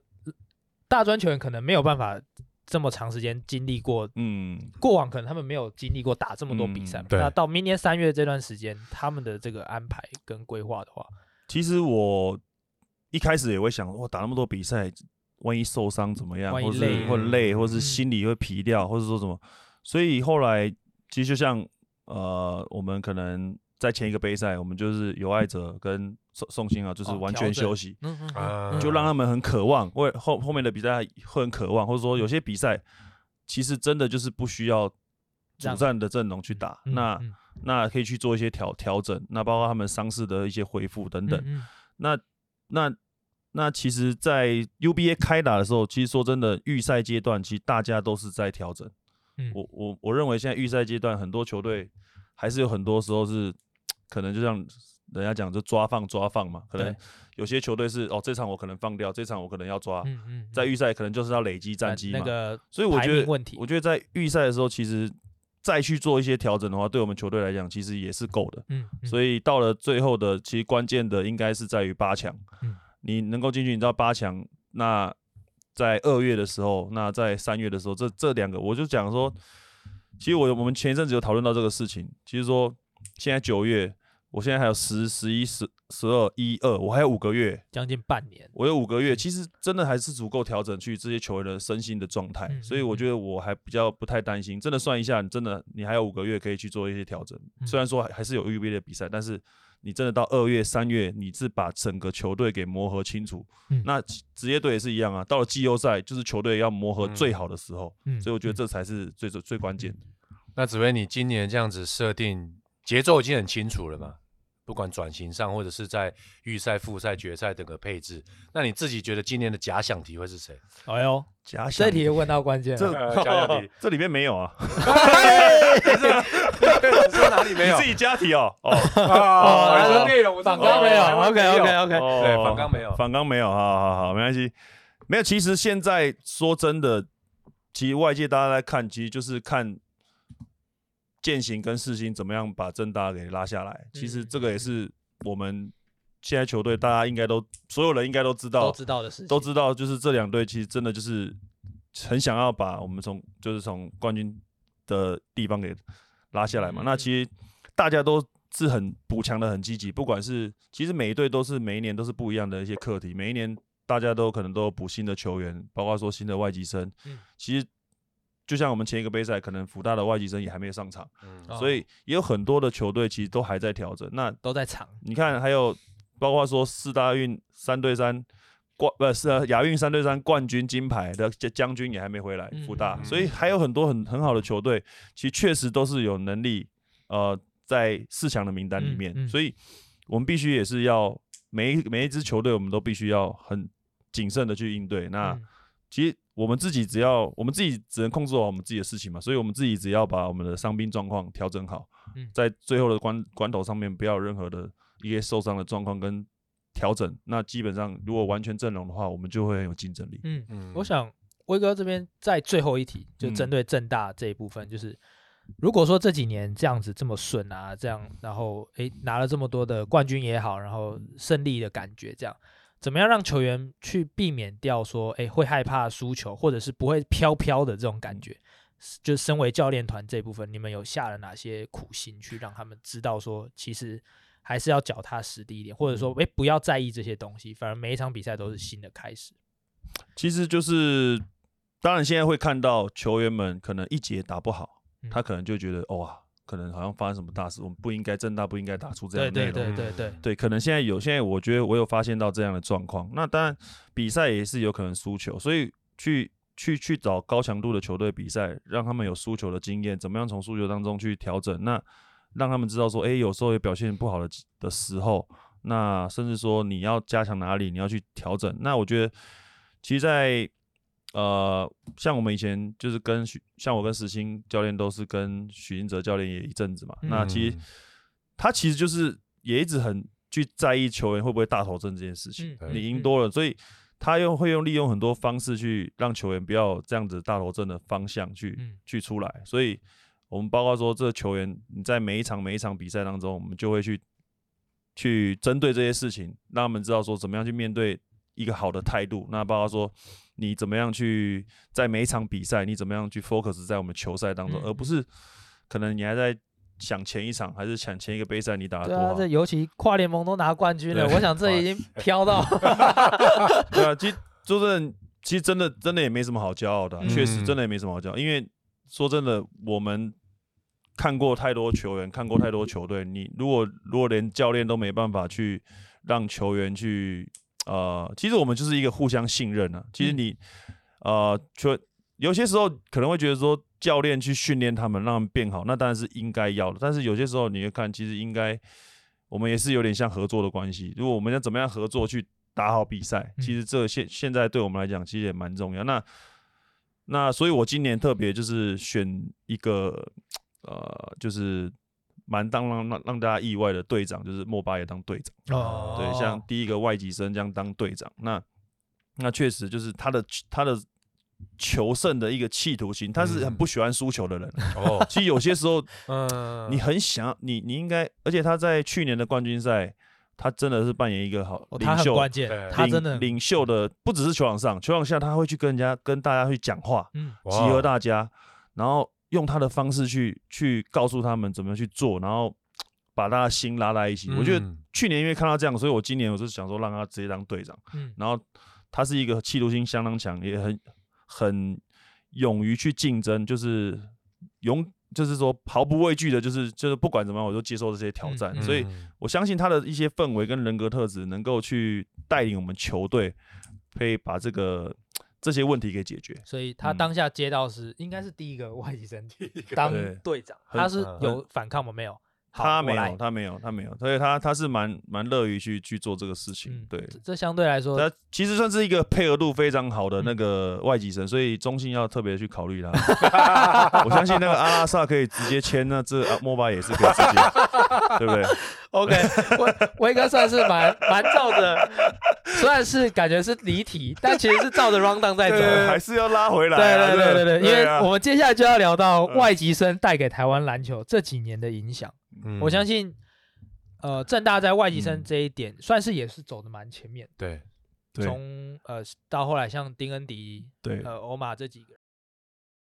Speaker 2: 大专球员可能没有办法这么长时间经历过
Speaker 4: 嗯，
Speaker 2: 过往可能他们没有经历过打这么多比赛嘛，
Speaker 3: 嗯对
Speaker 2: 那到明年三月这段时间，他们的这个安排跟规划的话，
Speaker 4: 其实我一开始也会想，哇，打那么多比赛，万一受伤怎么样，
Speaker 2: 万一
Speaker 4: 或是
Speaker 2: 累
Speaker 4: 或累，或
Speaker 2: 嗯
Speaker 4: 是心里会疲掉，或者说什么。所以后来其实就像呃，我们可能在前一个杯赛，我们就是有爱者跟宋宋鑫啊，就是
Speaker 2: 哦
Speaker 4: 完
Speaker 2: 调
Speaker 4: 全
Speaker 2: 整
Speaker 4: 休息，
Speaker 2: 嗯嗯
Speaker 3: 啊，
Speaker 4: 就让他们很渴望，为后后面的比赛会很渴望，或者说有些比赛其实真的就是不需要主
Speaker 2: 让
Speaker 4: 战的阵容去打，那
Speaker 2: 嗯
Speaker 4: 那可以去做一些调调整，那包括他们伤势的一些恢复等等。
Speaker 2: 嗯
Speaker 4: 那那那其实，在 UBA 开打的时候，其实说真的，预赛阶段其实大家都是在调整。
Speaker 2: 嗯
Speaker 4: 我我我认为现在预赛阶段很多球队还是有很多时候是可能就像人家讲就抓放抓放嘛，可能
Speaker 2: 对
Speaker 4: 有些球队是哦这场我可能放掉，这场我可能要抓，
Speaker 2: 嗯嗯，
Speaker 4: 在预赛可能就是要累积战绩嘛。
Speaker 2: 那个
Speaker 4: 所以我
Speaker 2: 排
Speaker 4: 觉
Speaker 2: 名
Speaker 4: 得
Speaker 2: 问题
Speaker 4: 我觉得在预赛的时候，其实再去做一些调整的话，对我们球队来讲其实也是够的。
Speaker 2: 嗯，嗯
Speaker 4: 所以到了最后的，其实关键的应该是在于八强。
Speaker 2: 嗯
Speaker 4: 你能够进去，你知道八强，那在二月的时候，那在三月的时候，这这两个，我就讲说，其实我我们前一阵子有讨论到这个事情，其实说现在九月，我现在还有十、十一、十、十二、一二，我还有五个月，
Speaker 2: 将近半年，
Speaker 4: 我有五个月，其实真的还是足够调整去这些球员的身心的状态，
Speaker 2: 嗯
Speaker 4: 所以我觉得我还比较不太担心。真的算一下，你真的你还有五个月可以去做一些调整。
Speaker 2: 嗯
Speaker 4: 虽然说还还是有 u b 的比赛，但是你真的到二月、三月，你是把整个球队给磨合清楚。
Speaker 2: 嗯
Speaker 4: 那职职业队也是一样啊，到了季后赛就是球队要磨合最好的时候，
Speaker 2: 嗯，
Speaker 4: 所以我觉得这才是最最最关键的。
Speaker 3: 那紫薇，你今年这样子设定节奏已经很清楚了嘛？不管转型上，或者是在预赛、复赛、决赛整个配置，那你自己觉得今年的假想敌会是谁？
Speaker 2: 嗯，哎呦，
Speaker 4: 假
Speaker 2: 这题问到关键了，
Speaker 4: 这、
Speaker 3: 呃假想敌
Speaker 4: 这里面没 有啊，
Speaker 3: 说哪里没有
Speaker 4: 你自己加题哦。 哦，
Speaker 3: 啊？还说内容
Speaker 2: 反刚没有，OK OK OK，
Speaker 4: 哦
Speaker 3: 对反刚没有
Speaker 4: 反刚没有，好好好，没关系，没有。其实现在说真的，其实外界大家在看，其实就是看践行跟世新怎么样把正大给拉下来。其实这个也是我们现在球队大家应该都所有人应该都知
Speaker 2: 都
Speaker 4: 道，
Speaker 2: 知道的事情，
Speaker 4: 哦都知道，就是这两队其实真的就是很想要把我们从就是从冠军的地方给拉下来嘛。
Speaker 2: 嗯
Speaker 4: 那其实大家都是很补强的很积极，不管是其实每一队都是每一年都是不一样的一些课题，每一年大家都可能都有补新的球员，包括说新的外籍生。
Speaker 2: 嗯
Speaker 4: 其实就像我们前一个杯赛，可能福大的外籍生也还没有上场，
Speaker 3: 嗯
Speaker 2: 哦
Speaker 4: 所以也有很多的球队其实都还在调整。那
Speaker 2: 都在场，
Speaker 4: 你看，还有包括说四大运三对三冠，不是啊亚运三对三冠军金牌的将将军也还没回来
Speaker 2: 嗯，
Speaker 4: 福大，
Speaker 3: 嗯
Speaker 4: 所以还有很多很很好的球队，其实确实都是有能力，呃，在四强的名单里面，
Speaker 2: 嗯嗯
Speaker 4: 所以我们必须也是要每一每一支球队，我们都必须要很谨慎的去应对。那、
Speaker 2: 嗯
Speaker 4: 其实我们自己只要我们自己只能控制好我们自己的事情嘛，所以我们自己只要把我们的伤兵状况调整好，
Speaker 2: 嗯
Speaker 4: 在最后的关关头上面不要有任何的一些受伤的状况跟调整，那基本上如果完全阵容的话，我们就会很有竞争力。
Speaker 2: 嗯，
Speaker 3: 嗯
Speaker 2: 我想威哥这边在最后一题，就
Speaker 4: 嗯
Speaker 2: 针对正大这一部分，就是如果说这几年这样子这么顺啊，这样然后诶拿了这么多的冠军也好，然后胜利的感觉，这样怎么样让球员去避免掉说诶会害怕输球，或者是不会飘飘的这种感觉？就身为教练团这部分，你们有下了哪些苦心去让他们知道说，其实还是要脚踏实地一点，或者说诶不要在意这些东西，反而每一场比赛都是新的开始。
Speaker 4: 其实就是，当然现在会看到球员们可能一节打不好，
Speaker 2: 嗯
Speaker 4: 他可能就觉得哇，可能好像发生什么大事，我们不应该正大不应该打出这样
Speaker 2: 对
Speaker 4: 的啊内
Speaker 2: 对
Speaker 4: 容。
Speaker 2: 对
Speaker 3: 容
Speaker 2: 对对，
Speaker 4: 对，可能现在有，现在我觉得我有发现到这样的状况。那当然，比赛也是有可能输球，所以去去去找高强度的球队比赛，让他们有输球的经验，怎么样从输球当中去调整？那让他们知道说，诶，有时候有表现不好的的时候，那甚至说你要加强哪里，你要去调整。那我觉得，其实在，呃，像我们以前就是跟许，像我跟石鑫教练都是跟许金哲教练也一阵子嘛。那啊其实
Speaker 3: 嗯
Speaker 4: 他其实就是也一直很去在意球员会不会大头症这件事情。
Speaker 2: 嗯
Speaker 4: 你
Speaker 2: 嗯嗯
Speaker 4: 赢呃多了，所以他用会用利用很多方式去让球员不要有这样子大头症的方向去、
Speaker 2: 嗯
Speaker 4: 去出来。所以我们包括说，这个球员你在每一场每一场比赛当中，我们就会去去针对这些事情，让他们知道说怎么样去面对一个好的态度。那包括说。你怎么样去在每一场比赛，你怎么样去 focus 在我们球赛当中，
Speaker 2: 嗯
Speaker 4: 而不是可能你还在想前一场还是想前一个杯赛你打得
Speaker 2: 对
Speaker 4: 多
Speaker 2: 啊
Speaker 4: 好，，
Speaker 2: 这尤其跨联盟都拿冠军了，
Speaker 4: 对
Speaker 2: 我想这已经飘 到
Speaker 4: 对啊，其实说真的，其实真的真的也没什么好骄傲的啊、
Speaker 2: 嗯
Speaker 4: 确、实真的也没什么好骄傲，因为说真的，我们看过太多球员，看过太多球队，你如果如果连教练都没办法去让球员去呃，其实我们就是一个互相信任啊。其实你、呃，球有些时候可能会觉得说教练去训练他们，让他们变好，那当然是应该要的。但是有些时候你会看，其实应该我们也是有点像合作的关系。如果我们要怎么样合作去打好比赛，
Speaker 2: 嗯
Speaker 4: 其实这现现在对我们来讲其实也蛮重要。那那所以，我今年特别就是选一个呃，就是蛮当让让让大家意外的队长，就是莫巴也当队长。
Speaker 2: 哦
Speaker 4: 对，像第一个外籍生这样当队长，那那确实就是他的他的求胜的一个企图心，他是很
Speaker 3: 嗯
Speaker 4: 不喜欢输球的人。
Speaker 3: 哦，
Speaker 4: 其实有些 时候
Speaker 3: 嗯，
Speaker 4: 你很想你你应该，而且他在去年的冠军赛，他真的是扮演一个好
Speaker 2: 哦
Speaker 4: 领
Speaker 2: 他很
Speaker 4: 袖，
Speaker 2: 关键，
Speaker 3: 对
Speaker 2: 他
Speaker 4: 领
Speaker 2: 真的很
Speaker 4: 领袖的，不只是球场上，球场下他会去跟人家跟大家去讲话，
Speaker 2: 嗯
Speaker 3: 哇
Speaker 4: 集合大家，然后用他的方式去去告诉他们怎么样去做，然后把大家心拉在一起。我觉得
Speaker 3: 嗯
Speaker 4: 去年因为看到这样，所以我今年我是想说让他直接当队长。
Speaker 2: 嗯
Speaker 4: 然后他是一个企图心相当强，也很很勇于去竞争，就是勇，就是说毫不畏惧的，就是就是不管怎么样，我都接受这些挑战。
Speaker 2: 嗯
Speaker 4: 所以我相信他的一些氛围跟人格特质，能够去带领我们球队，可以把这个这些问题给解决。
Speaker 2: 所以他
Speaker 4: 嗯
Speaker 2: 当下接到是应该是第一个外籍生当
Speaker 4: 对
Speaker 2: 队长，
Speaker 4: 很
Speaker 2: 他是
Speaker 3: 嗯
Speaker 2: 有反抗吗？没有，好
Speaker 4: 他
Speaker 2: 我
Speaker 4: 没
Speaker 2: 来
Speaker 4: 有，他没有，他没有，所以他他是蛮蛮乐于去去做这个事情。
Speaker 2: 嗯
Speaker 4: 对，
Speaker 2: 这这相对来说嗯
Speaker 4: 他其实算是一个配合度非常好的那个外籍生，所以中信要特别去考虑他。 我相信那个阿拉萨可以直接签，那这啊莫巴也是可以直接，对不对？
Speaker 2: OK，威威哥算是蛮蛮照着，虽然是感觉是离题，但其实是照着 round down 在走。
Speaker 4: 还是要拉回来啊、
Speaker 2: 对对对对
Speaker 4: 对
Speaker 2: 对，因为
Speaker 4: 啊
Speaker 2: 我们接下来就要聊到
Speaker 4: 嗯
Speaker 2: 外籍生带给台湾篮球这几年的影响。
Speaker 3: 嗯
Speaker 2: 我相信，呃，正大在外籍生
Speaker 4: 嗯
Speaker 2: 这一点、算是也是走的蛮前面的。
Speaker 3: 对，
Speaker 4: 对
Speaker 2: 从呃到后来像丁恩迪、
Speaker 4: 对
Speaker 2: 呃欧马这几个